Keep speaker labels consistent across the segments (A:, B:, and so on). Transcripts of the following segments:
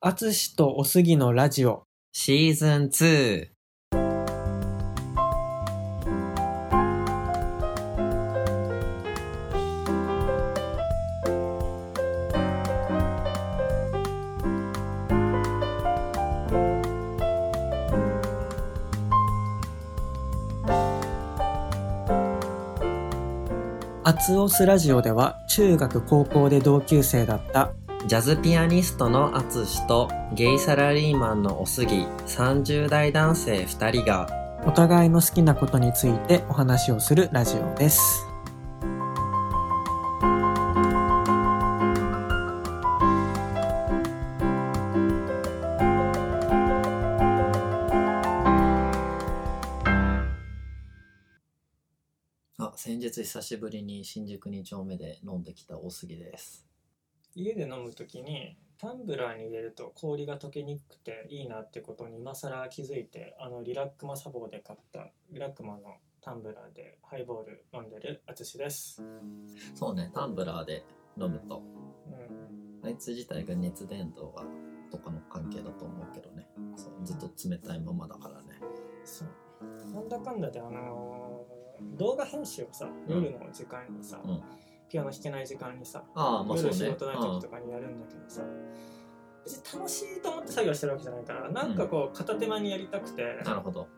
A: あつしとおすぎのラジオ。
B: シーズン2。
A: あつおすラジオでは、中学高校で同級生だった、
B: ジャズピアニストのアツシとゲイサラリーマンのおすぎ30代男性2人が
A: お互いの好きなことについてお話をするラジオです。
B: あ先日久しぶりに新宿2丁目で飲んできたおすぎです
A: 家で飲むときに、タンブラーに入れると氷が溶けにくくていいなってことに今更気づいて、あのリラックマサボで買ったリラックマのタンブラーでハイボール飲んでるあつしです。
B: そうねタンブラーで飲むと
A: うん、
B: あいつ自体が熱伝導がとかの関係だと思うけどねそうずっと冷たいままだからね
A: そう。なんだかんだであのー動画編集をさ、
B: うん
A: 夜の時間にさ、
B: うん
A: ピアノ弾けない時間にさ、
B: ああまあそう
A: 夜仕
B: ね
A: 事ない時とかにやるんだけどさ、別に楽しいと思って作業してるわけじゃないから、なんかこう片手間にやりたくて、
B: うんなるほど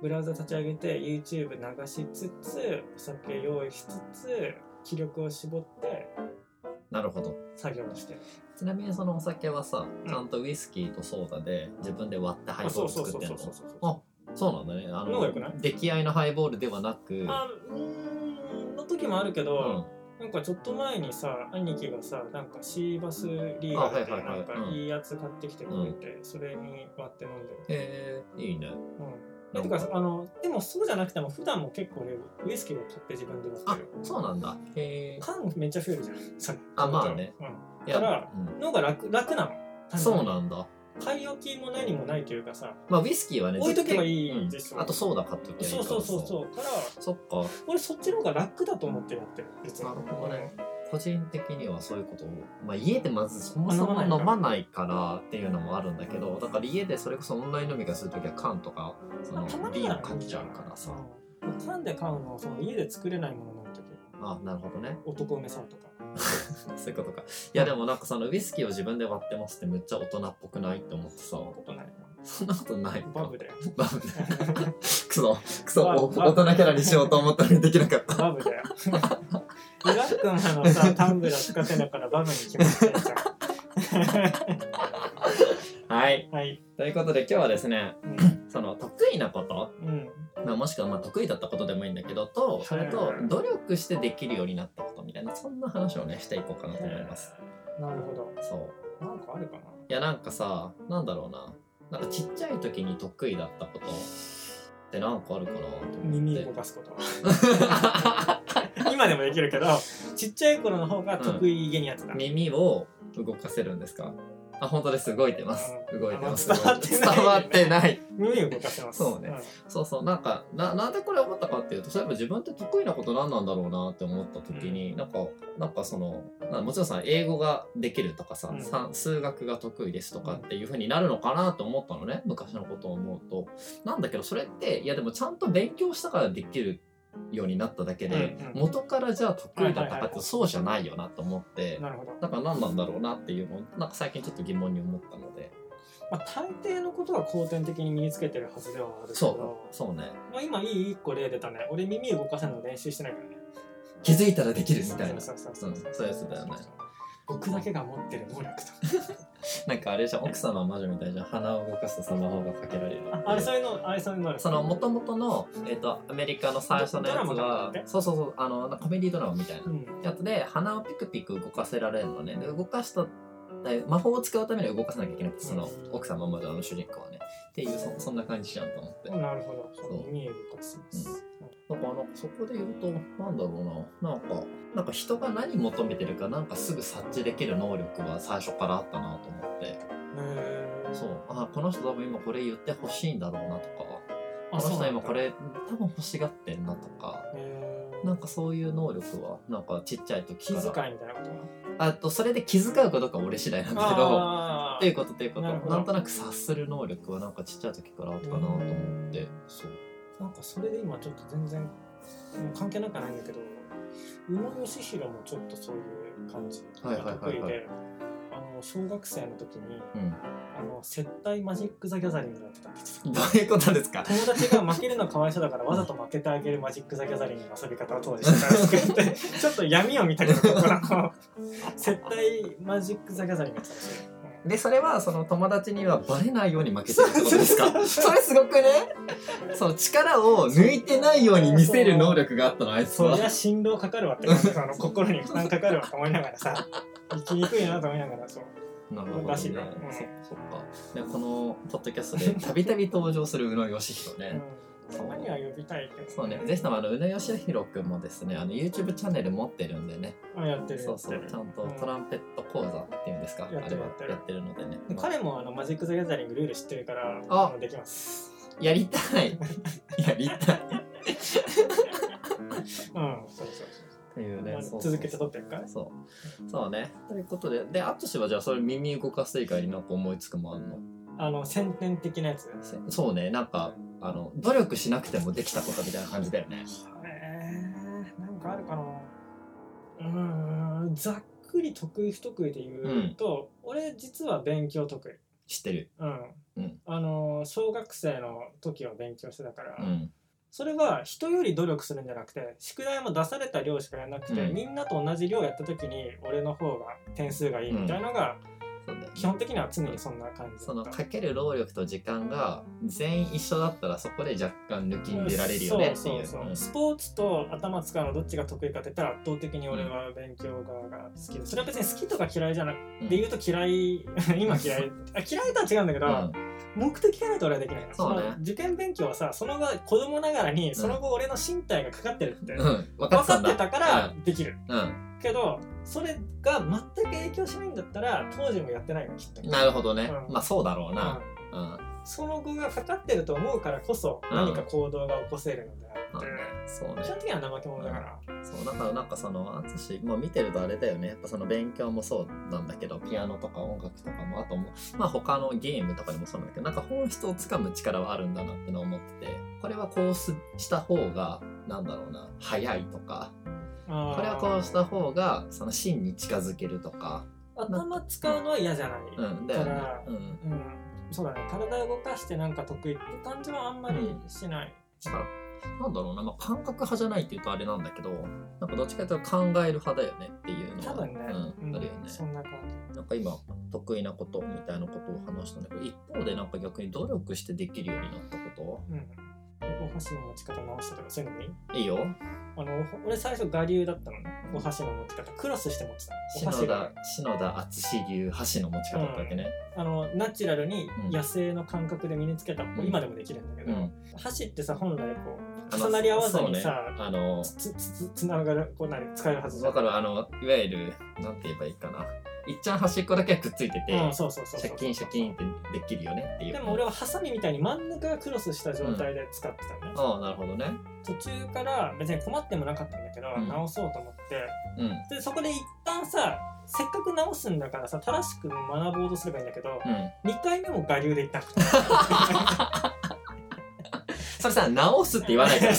A: ブラウザ立ち上げて YouTube 流しつつ、お酒用意しつつ、気力を絞って
B: なるほど
A: 作業をしてる。
B: ちなみにそのお酒はさ
A: ん
B: ちゃんとウイスキーとソーダで自分で割ってハイ
A: あ、
B: ボー
A: そう
B: ル
A: そう
B: 作
A: そうそ
B: ってんの
A: うそうそう。
B: あそうなんだね。あ
A: の方が良くない
B: 出来合いのハイボールではなく、
A: あ、うーん、の時もあるけど、なんかちょっと前にさ兄貴がさなんかシーバスリーガルで
B: あはいはいはい
A: なんか
B: うん
A: いいやつ買ってきてくれて、それに割って飲んでる。
B: えー、いいね。
A: うん、え
B: なん
A: て
B: か
A: かあのでもそうじゃなくても普段も結構ねウイスキーを買って自分で割っ
B: あ
A: てる。
B: そうなんだ。えー、
A: 缶めっちゃ増えるじゃん。さ
B: あまあね。
A: う
B: い
A: か
B: や
A: ら
B: うん
A: ん、のが楽楽なの。
B: そう
A: の。
B: なんだ。
A: 買い置きも何もないというかさ。
B: まあ、ウイスキーはね、
A: 置いとけばいい
B: 絶対
A: でしょ
B: うんあとソーダ買っとけばいいか
A: そう
B: ら。
A: そうそうそうう。から
B: そっか。
A: 俺そっちの方が楽だと思ってやってる。別に。
B: なるほどね
A: うん。
B: 個人的にはそういうことを、まあ、家でまずそもそも
A: 飲まないから
B: 飲まないからっていうのもあるんだけど、だから家でそれこそオンライン飲み会するときは缶とか、そ
A: ま
B: の
A: あたまに
B: ビ
A: は
B: ールかけちゃうからさ。
A: うん缶で買うのはその家で作れないもの飲む時
B: あ、なるほどね。
A: 男梅さんとか。
B: そういうことか。いやでもなんかそのウイスキーを自分で割ってますってめっちゃ大人っぽくないって思ってさ
A: そんな、ことないな。
B: そんなことないか。
A: バブだ よ。
B: バブだ。 クソ、クソ、
A: バ
B: お
A: バ
B: 大人キャラにしようと思ったのにできなかった。
A: バ ブだよ。ブラックマンのさ、タンブラー使ってんだからバブに決まってんじ
B: はい。
A: ゃん。はい。
B: ということで今日はですね、
A: うん。
B: その得意なこと、
A: うん
B: まあ、もしくはまあ得意だったことでもいいんだけどと、それと努力してできるようになったことみたいな、そんな話をね、していこうかなと思います。
A: なるほど。
B: そう。
A: なんかあるかない
B: やなんかさなんだろうななんかちっちゃい時に得意だったことってなんかあるかなと思っ
A: 耳
B: て
A: 動かすこと。 今でもできるけど、ちっちゃい頃の方が得意げにやってた。
B: 耳を動かせるんですかあ本当です動いてます
A: うん
B: 動いてます
A: あの伝わってない
B: 伝わってない
A: 耳を動かしてます。
B: そうねそうそうなんかななんでこれ思ったかっていうとそういえば自分って得意なこと何なんだろうなって思った時に、なんかなんかそのなもちろんさ英語ができるとかさ、
A: うん
B: 算数学が得意ですとかっていう風になるのかなと思ったのね昔のことを思うとなんだけどそれっていやでもちゃんと勉強したからできるようになっただけで、
A: うんうん
B: 元からじゃあ得意だった
A: はい
B: か
A: はい
B: っ
A: はい
B: てそうじゃないよなと思って、
A: うんなるほど。
B: だから何なんだろうなっていうのをなんか最近ちょっと疑問に思ったので
A: まあ、大抵のことは後天的に身につけてるはずではあるけ
B: そ
A: ど
B: う、そうね
A: まあ、今いい一個例出たね。俺耳動かせるの練習してないからね。
B: 気づいたらできるみたいな
A: そうそう
B: そ
A: そう
B: う
A: そう
B: そういうやつだよね
A: 僕だけが持ってる能力と。
B: なんかあれじゃん奥様魔女みたいじゃん鼻を動かすとスマホがかけられる
A: ああれそれの、あれそれの能力。
B: その元々の、えっとアメリカの最初のやつ
A: ドラマ
B: が
A: とかって
B: そうそうそうあのコメディドラマみたいな
A: うん。
B: やつで鼻をピクピク動かせられるのねで動かしたえ魔法を使うために動かさなきゃいけないその
A: うん
B: 奥様魔女の主人公はねっていうそそんな感じじゃんと思って
A: なるほど。そうの耳動かす。
B: だからなんかそこで言うとなんだろうななんかなんか人が何求めてるかなんかすぐ察知できる能力は最初からあったなと思って
A: へー
B: そうあこの人多分今これ言ってほしいんだろうなとかこ
A: あ
B: の
A: そう
B: 人
A: な
B: 今
A: んだ
B: これ多分欲しがってんなとか
A: へー
B: なんかそういう能力はなんかちっちゃい時
A: 気
B: か
A: 遣
B: ら
A: いみたいなこと
B: あとそれで気遣うかどうかは俺次第なんだけど
A: あ
B: ということということ
A: な
B: な
A: るほど
B: んとなく察する能力はなんかちっちゃい時からあったなと思ってそう
A: なんかそれで今ちょっと全然もう関係なくはないんだけど宇野義弘もちょっとそういう感じ
B: はい
A: が
B: はい
A: 得
B: はい
A: 意
B: はい
A: であの小学生の時に
B: うん
A: あの接待マジック・ザ・ギャザリングだったんですよ
B: どういうことですか
A: 友達が負けるのかわいそうだからわざと負けてあげるマジック・ザ・ギャザリングの遊び方を当時してたらしくて ちょっと闇を見たけどこの接待マジック・ザ・ギャザリングだったらしい
B: でそれはその友達にはバレないように負けてるってことですかそれすごくねその力を抜いてないように見せる能力があったのあいつ
A: そ
B: は
A: りゃ振動かかるわって感じあの心に負担かかるわと思いながらさ生きにくいなと思いながらそう
B: なるほどね
A: 昔
B: そ
A: がうん
B: そっかでこのポッドキャストでたびたび登場する宇野義弘ね、
A: うんたまには呼びたいけど、
B: そうね、ぜひともあの宇野義弘君もですねあの YouTube チャンネル持ってるんでね
A: あやってる
B: そ
A: や
B: う
A: っ
B: そ
A: て
B: う
A: る
B: ちゃんとトランペット講座っていうんですか、
A: うんやっ
B: あ
A: て
B: れ
A: る
B: は
A: やってる
B: やってるのでね
A: うん彼もあのマジック・ザ・ギャザリングルール知ってるから
B: あ
A: のできます
B: やりた いやりたい
A: うんそうそうそ
B: っていう
A: う、
B: ね
A: まあ
B: そうそう
A: 続けて撮ってるから
B: そうそうねということでで淳はじゃあそれ耳動かす以外になんか思いつくもんあんの
A: あの先天的なやつ
B: せそうねなんかあの努力しなくてもできたことみたいな感じだよね
A: えー、なんかあるかなうーんざっくり得意不得意で言うと、俺実は勉強得意
B: 知ってる
A: うん、
B: うん
A: あの小学生の時は勉強してたから、
B: うん
A: それは人より努力するんじゃなくて宿題も出された量しかやらなくて、
B: うん
A: みんなと同じ量やった時に俺の方が点数がいいみたいなのが、
B: そうだよね
A: 基本的には常にそんな感じ
B: そ
A: だっ
B: の
A: た
B: かける労力と時間が全員一緒だったらそこで若干抜きに出られるよねって
A: そ
B: いうう
A: そうそう、
B: うん
A: スポーツと頭使うのどっちが得意かって言ったら圧倒的に俺は勉強側が好きでそれは別に好きとか嫌いじゃなく
B: うん
A: て言うと嫌い 今嫌いあ嫌いとは違うんだけど、目的がないと俺はできないな
B: そうね
A: の受験勉強はさその後子供ながらにその後俺の身体がかかってるって、
B: うんうん分か
A: 分かっ
B: ってたんだ
A: てたからできる、
B: うん、
A: けどそれが全く影響しないんだったら当時もやってないのきっと、
B: うん、なるほどね、
A: うん
B: まあそうだろう
A: うん
B: な、うん
A: その後がかかってると思うからこそ
B: うん
A: 何か行動が起こせるのであって、
B: そう
A: 基
B: ね
A: 本的には怠け者だから、
B: そうだからなんかその淳もう見てるとあれだよねやっぱその勉強もそうなんだけどピアノとか音楽とかもあともまあ他のゲームとかでもそうなんだけどなんか本質をつかむ力はあるんだなってのを思っててこれはこうすした方がなんだろうな早いとか
A: あー
B: これはこうした方がその真に近づけるとか
A: 頭使うのは嫌じゃない、う
B: うんんだよね
A: だから
B: うん
A: そうだね体を動かしてなんか得意って感じはあんまりしない、
B: だからなんだろうな、まあ、感覚派じゃないっていうとあれなんだけどなんかどっちかというと考える派だよねっていうのは
A: 多分ね、
B: う
A: うん
B: ん、あるよね、
A: そんな感じ
B: なんか今得意なことみたいなことを話したんだけど一方でなんか逆に努力してできるようになったこ
A: うんお箸の持ち方直したとかそういうのもいい
B: といいよ
A: あのお俺最初我流だったのねお箸の持ち方クロスして持ってたお
B: 篠
A: 箸
B: 田
A: が
B: 篠田敦流箸の持ち方だったわけね、
A: あのナチュラルに
B: うん
A: 野生の感覚で身につけた、
B: ん
A: 今でもできるんだけ
B: う
A: ど、
B: ん
A: 箸ってさ本来こ
B: あ
A: う
B: の
A: 重なり合わずにさ、
B: そうね、あの
A: つつつつながるこうなる使えるはずじゃ
B: だ
A: ん
B: からあのいわゆるなんて言えばいいかないっちゃん端っこだけはくっついてて、
A: うん、そうそうそう
B: シ
A: そう
B: ャキンシャキンってできるよねっていう
A: でも俺はハサミみたいに真ん中がクロスした状態で使ってたのね、
B: ああなるほどね
A: 途中から別に困ってもなかったんだけど、
B: うん
A: 直そうと思って
B: うん
A: でそこで一旦させっかく直すんだからさ正しく学ぼうとすればいいんだけど、
B: うん
A: 二2回目も我流でいったの
B: それさ直すって言わな いから、ね、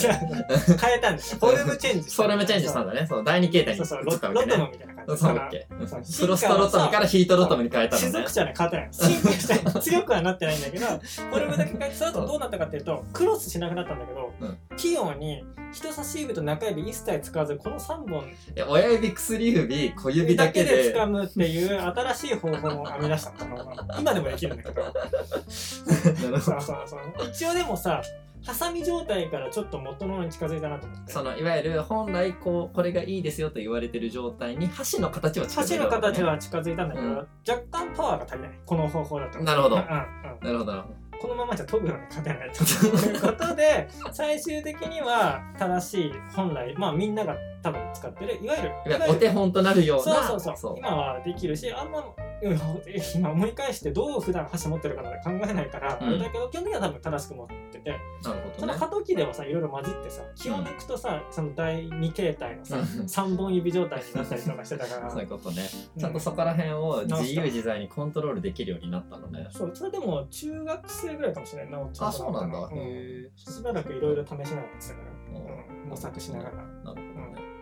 A: 変えたんですよフォルムチェンジ
B: フォルムチェンジしたんだねその第二形態
A: そ
B: に
A: うそうロ
B: 移ったわ
A: ロ
B: け
A: ト
B: ね
A: ムみたいな感じ
B: そうだっけ
A: そう
B: スロストロトムからヒートロトムに変えたの
A: 種
B: ね
A: 族者ね変わってない進化して強くはなってないんだけどフォルムだけ変えてその後どうなったかっていうとクロスしなくなったんだけど、
B: うん
A: 器用に人差し指と中指一切使わずこの3本
B: いや親指薬指小指だけで
A: 掴むっていう新しい方法も編み出したのが今でもできるんだけ ど
B: なるほ
A: そ
B: ど
A: うそうそう一応でもさハサミ状態からちょっと元のものに近づいたなと思って
B: そのいわゆる本来こうこれがいいですよと言われてる状態に箸の形は近づい
A: 箸
B: てる
A: の
B: わけね
A: 形は近づいたんだけど、
B: うん
A: 若干パワーが足りないこの方法だと
B: なるほど
A: うんうんうん
B: なるほどなるほ
A: このままじゃ飛ぶのに勝てないということ で最終的には正しい本来まあみんなが多分使ってるいわゆる
B: どいわゆるお手本となるよう
A: そう
B: な
A: そうそう今はできるしあんまうんほえ今思い返してどう普段箸持ってるかなんて考えないから、
B: うん
A: あれだけど基本的には多分正しく持ってて、
B: なるほ
A: そ
B: ど
A: の
B: ね
A: 過渡期でもさいろいろ混じってさ気を抜くとさ、その第二形態のさ、
B: うん
A: 三本指状態になったりとかしてたから
B: そういうことね
A: うん
B: ちゃんとそこら辺
A: 直
B: を自
A: した
B: 由自在にコントロールできるようになったのね
A: そうそれでも中学生ぐらいかもしれないなおちゃん
B: あ
A: と
B: そうなんだ
A: う
B: へえ
A: しばらくいろいろ試しながらやってたから、
B: うん
A: うん、模索しながら
B: なるほどね。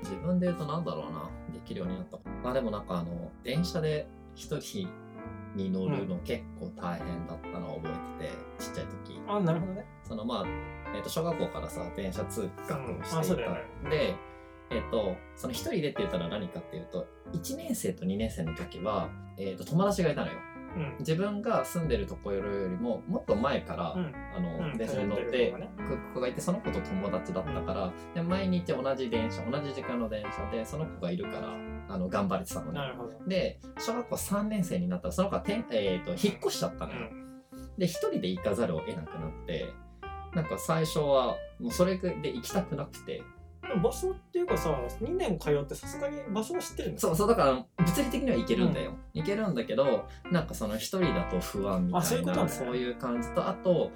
B: 自分で言うとなんだろうな、できるようになった。まあでもなんかあの、電車で一人に乗るの結構大変だったのを覚えてて、ちっちゃい時。
A: あなるほどね
B: そのまあ、えっ、と、小学校からさ、電車通学を
A: うんあ
B: して
A: そ
B: いう
A: だよね
B: たんで、えっ、と、その一人でって言ったら何かっていうと、1年生と2年生の時は、えっ、と、友達がいたのよ。
A: うん
B: 自分が住んでるところよりももっと前から、
A: うん
B: あの
A: うん
B: 電車に乗っ
A: 通って
B: て
A: る子がね
B: 子子がいてその子と友達だったから、で毎日同じ電車同じ時間の電車でその子がいるからあの頑張れてたのね
A: なるほど
B: で小学校3年生になったらその子が転、えー、と引っ越しちゃったのよ、で一人で行かざるを得なくなってなんか最初はもうそれで行きたくなくて
A: でも場所っていうかさ2年通ってさすがに場所は知ってるんです
B: そうそうだから物理的には行けるんだよ、行けるんだけどなんかその一人だと不安みたいな
A: あそういうことなんです
B: そ
A: ね
B: ういう感じとあと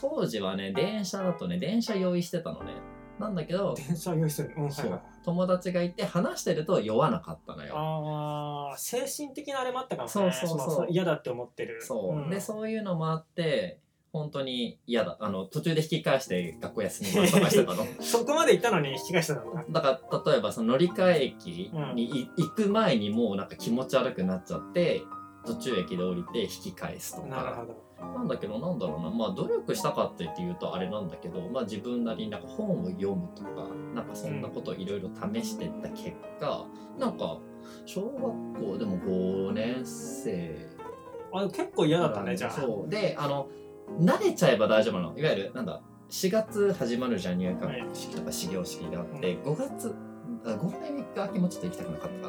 B: 当時はね電車だとね電車用意してたのねなんだけど
A: 電車用意するうんは
B: そ
A: いはいう
B: 友達がいて話してると酔わなかったのよ
A: あー精神的なあれもあったかもね
B: そうそうそう
A: のの嫌だって思ってる
B: そう、
A: ん
B: でそういうのもあって本当に嫌だあの途中で引き返して学校休みますとかして たの
A: そこまで行ったのに引き返してたんだ
B: だから例えばその乗り換え駅にい行く前にもうなんか気持ち悪くなっちゃって途中駅で降りて引き返すとか
A: なるほど
B: なんだけどなんだろうなまあ努力したかってっていうとあれなんだけどまあ自分なりになんか本を読むとかなんかそんなことをいろいろ試してった結果、なんか小学校でも5年生
A: あ結構嫌だったねじゃあ
B: そうであの慣れちゃえば大丈夫なのいわゆるなんだ4月始まるじゃん入学式とか始業式があって、5月あゴールデンウィーク明けもちょっと行きたくなかったか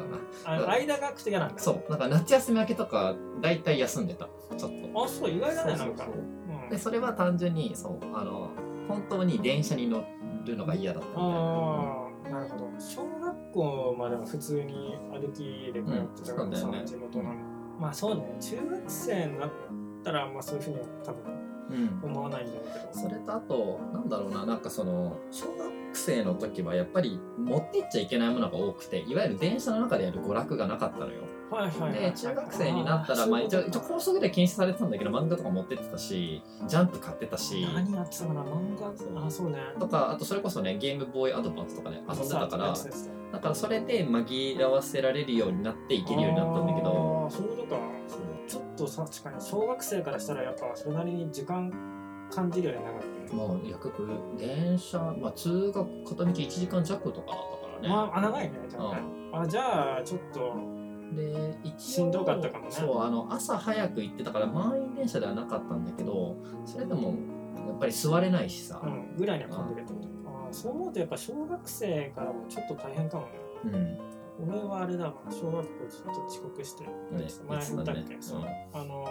B: らな
A: あの間が空くと嫌なんだ
B: そうなんか夏休み明けとか大体休んでたちょっと
A: あそう意外だね
B: そ
A: な
B: うん
A: か
B: そうそう
A: うん
B: でそれは単純にそうあの本当に電車に乗るのが嫌だったみたいな
A: ああなるほど小学校までは普通に歩きで通ってたからさ、
B: うんそうだよね
A: 地元の、まあそうね中学生になったらまあそういうふうには多分
B: うん
A: 思わないんだろうけど
B: それとあとなんだろうななんかその小学生の時はやっぱり持っていっちゃいけないものが多くていわゆる電車の中でやる娯楽がなかったのよ
A: はいはいはい
B: で中学生になったらまあ一応一応高速で禁止されてたんだけど漫画とか持ってってたしジャンプ買ってたし
A: 何やってたかな漫画あそうね
B: とかあとそれこそねゲームボーイアドバンスとかね遊んでたからだからそれで紛らわせられるようになっていけるようになったんだけど
A: ああそういうことか
B: そう
A: ちょっとさ確かに小学生からしたらやっぱそれなりに時間感じるよね長くね
B: まあ、約電車、まあ、通学片道1時間弱とかだったからね。
A: まああ長いねじゃあねあじゃあちょっと
B: で一応
A: しんどかったかもね
B: そうあの朝早く行ってたから満員電車ではなかったんだけどそれでもやっぱり座れないしさ、
A: うん、ぐらいには感じるってことああそう思うとやっぱ小学生からもちょっと大変かもね
B: うん
A: 俺はあれだわ小学校ずっと遅刻して、
B: ね
A: 前言ったっけ、
B: 言ってたね
A: そう
B: うん
A: あの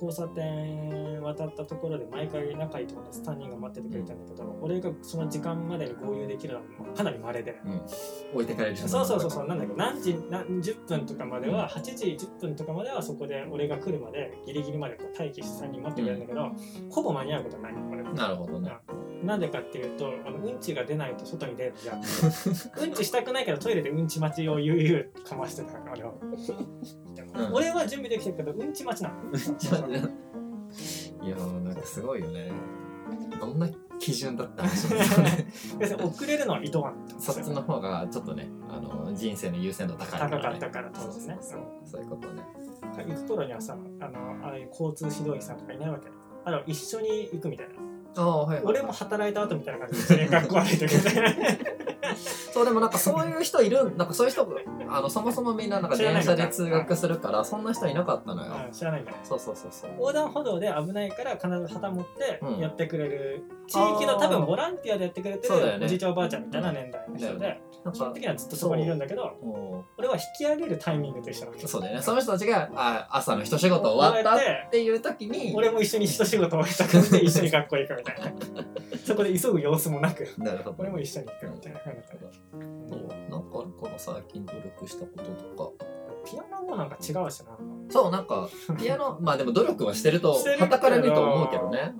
A: 交差点渡ったところで毎回仲いい友達3人が待っててくれたんだけど、俺がその時間までに合流できるのはかなり稀で、
B: 置いてかれるじゃん
A: そうそうそうそうなんだけど何時何10分とかまでは8時10分とかまではそこで俺が来るまでギリギリまでこう待機して3人待ってくれるんだけど、ほぼ間に合うことはないこれ
B: なるほどね
A: なんでかっていうとあのうんちが出ないと外に出るじゃんうんちしたくないけどトイレでうんち待ちを悠々かましてたから俺は、
B: うん
A: 俺は準備できてるけどうんち待ちなの
B: いやーなんかすごいよねどんな基準だっ たんでしょうね
A: 別に遅れるのは意図はなかったんで
B: そっ
A: す
B: ち
A: よ
B: の方がちょっとねあの人生の優先度高いから、ね、
A: 高かったから当
B: そう
A: 時
B: そう
A: ね
B: そうそういうことね
A: うん行く頃にはさあのああいう交通指導員さんとかいないわけあの一緒に行くみたい な
B: ああはい、はい、
A: 俺も働いた後みたいな感じで一緒に学校歩いてくみたいな
B: そうでもなんかそういう人いるんなんかそういう人あのそもそもみんななんか電車で通学するからそんな人いなかったのよ、
A: うん知らないんだね
B: そうそうそうそう
A: 横断歩道で危ないから必ず旗持って
B: うん
A: やってくれる、地域の多
B: あ
A: 分
B: ー
A: ボランティアでやってくれて
B: そうだよ
A: る
B: ね
A: おじいちゃんおばあちゃんみたいな年代の人
B: だよ
A: で
B: なん
A: 基本
B: か
A: 的にはずっとそこにいるんだけど
B: も
A: 俺は引き上げるタイミングと一緒なわけ
B: うそうだよねその人たちがあ朝の一仕事終わったっていう時に
A: 俺も一緒に一仕事終わった感じで一緒に学校行くみたい なそこで急ぐ様子もなく
B: なるほど
A: 俺も一緒に行くみたいな感じだっ
B: そうなんかあるかな最近努力したこととか
A: ピアノもなんか違うしななんか
B: そうなんかピアノまあでも努力はしてると
A: してるけど
B: 傍から見ると思うけどね、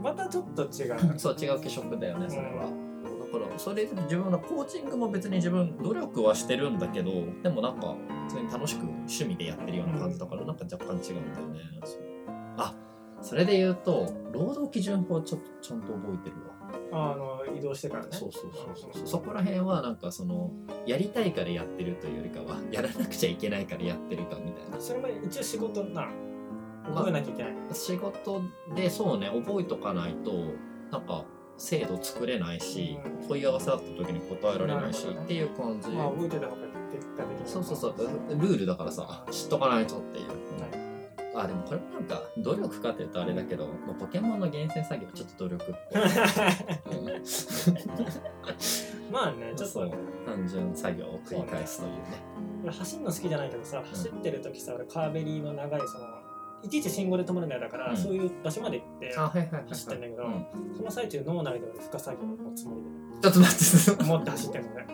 B: う
A: またちょっと違う
B: ん、そう違う気色だよねそれは。だからそれで自分のコーチングも別に自分努力はしてるんだけどでもなんか普通に楽しく趣味でやってるような感じだからなんか若干違うんだよねそうあそれで言うと労働基準法ちょっとちゃんと覚えてるわ
A: あの移動してからね
B: そうそうそうそうそこら辺はなんかそのやりたいからやってるというよりかはやらなくちゃいけないからやってるかみたいな
A: それも一応仕事な覚えなきゃいけない、
B: 仕事でそうね覚えとかないとなんか制度作れないし
A: うん
B: 問い合わせだった時に答えられないし
A: なるほどね
B: っていう感じ
A: まあ覚えてた方が結果的に
B: そうそうそうルールだからさ知っとかないとっていう。
A: はい
B: あでもこれもなんか努力かっていうとあれだけど、まあポケモンの厳選作業はちょっと努力っ ぽい、 うん
A: まあねちょっとね
B: 単純作業を繰り返すというね
A: 俺走るの好きじゃないけどさ走ってる時さ俺カーベリーの長いそのいちいち信号で止まるの嫌だから、
B: うん
A: そういう場所まで行って
B: あはいはいはいはい
A: 走ってんだけど、
B: うん
A: その最中脳内で俺深作業のつもり で
B: ちょっと待 って
A: 思って走ってるのね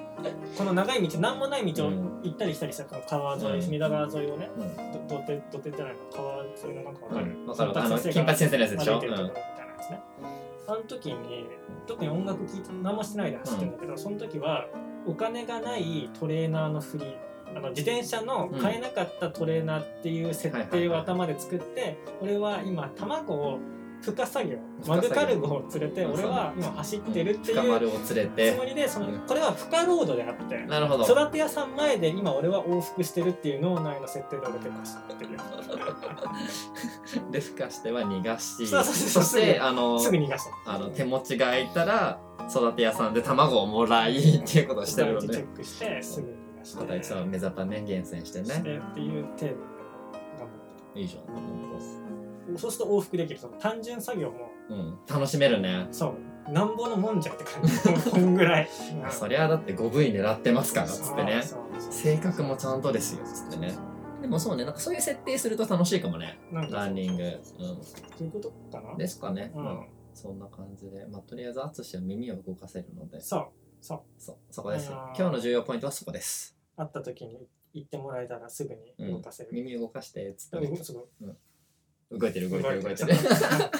A: この長い道なんもない道を
B: うん
A: 行ったり来たりしたこの川沿い、
B: うん
A: 隅田川沿いをね
B: うん
A: どどてどてってないの川沿いのなんかわか
B: う
A: る、
B: ん、わかる。
A: 金八
B: あの、
A: 先
B: 金
A: 生が
B: 八先生のやつでし
A: 歩
B: ょ
A: い。てるところみたいなやつね、あの時に特に音楽聴いて何もしてないで走ってるんだけど、その時はお金がないトレーナーのフリーあの自転車の買えなかったトレーナーっていう設定を頭で作って、俺は今卵を孵化作業
B: 孵
A: マ
B: 化作業
A: グカルゴを連れて俺は今走ってるってい
B: 深丸
A: う
B: を連れ
A: つも
B: て。
A: りでその
B: うん
A: これは孵化ロードであって
B: なるほど。
A: 育て屋さん前で今俺は往復してるっていう脳内の設定で俺結構走ってるよ
B: で、ふかしては逃がし。
A: そうそうそう
B: し
A: す
B: て、
A: ぐ
B: あの
A: す、ぐ逃がした
B: あの、手持ちが空いたら、育て屋さんで卵をもらい、っていうことをしてるの
A: チェ
B: ね。
A: ックしてすぐ逃がして
B: 小田一さんは目ざたね、厳選して
A: してっ
B: ね。
A: ていう程度で頑張
B: いいじゃん。本
A: ってるそうすると往復できるその単純作業も
B: 当うん。楽しめるね。
A: そうなんぼのもんじゃって感じこんぐらいうん
B: そりゃだって 5V 狙ってますから、
A: そう
B: つってね。
A: そうそう
B: 性格もちゃんとですよ、つってね。でもそうね、なんかそういう設定すると楽しいかもね。
A: なんか
B: ランニング。
A: そういうことか
B: う。
A: なん
B: ですかね。
A: う
B: うん
A: ん
B: そんな感じで、まあ、とりあえず淳は耳を動かせるので、
A: そうそう
B: そうそこです。
A: あのー
B: 今日の重要ポイントはそこです。
A: 会った時に言ってもらえたらすぐに動かせる
B: 耳を動かして、つって
A: でもすごい
B: 動いてる動いてる動いて
A: 動
B: る
A: いて。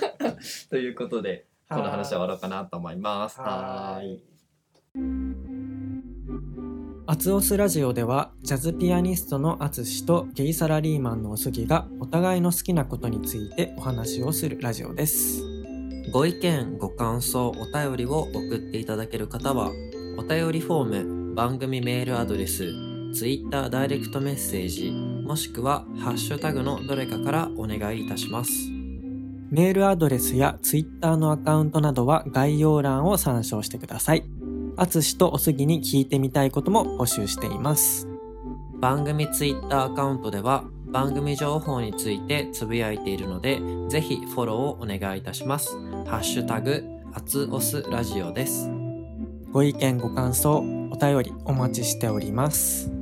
B: ということで、この話は終わろうかなと思います。
A: は
B: はー
A: ー
B: い
A: い。アツオスラジオではジャズピアニストのアツシとゲイサラリーマンのおすぎがお互いの好きなことについてお話をするラジオです。
C: ご意見、ご感想、お便りを送っていただける方は、お便りフォーム、番組メールアドレス、Twitter ダイレクトメッセージ、もしくは、ハッシュタグのどれかからお願いいたします。
A: メールアドレスやツイッターのアカウントなどは概要欄を参照してください。アツシとおすぎに聞いてみたいことも募集しています。
C: 番組 Twitter アカウントでは、番組情報についてつぶやいているので、ぜひフォローをお願いいたします。ハッシュタグ、アツオスラジオです。
A: ご意見ご感想、お便りお待ちしております。